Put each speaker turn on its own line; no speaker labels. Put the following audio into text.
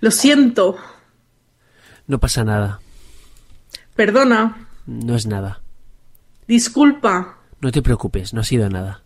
Lo siento.
No pasa nada.
Perdona.
No es nada.
Disculpa.
No te preocupes, no ha sido nada.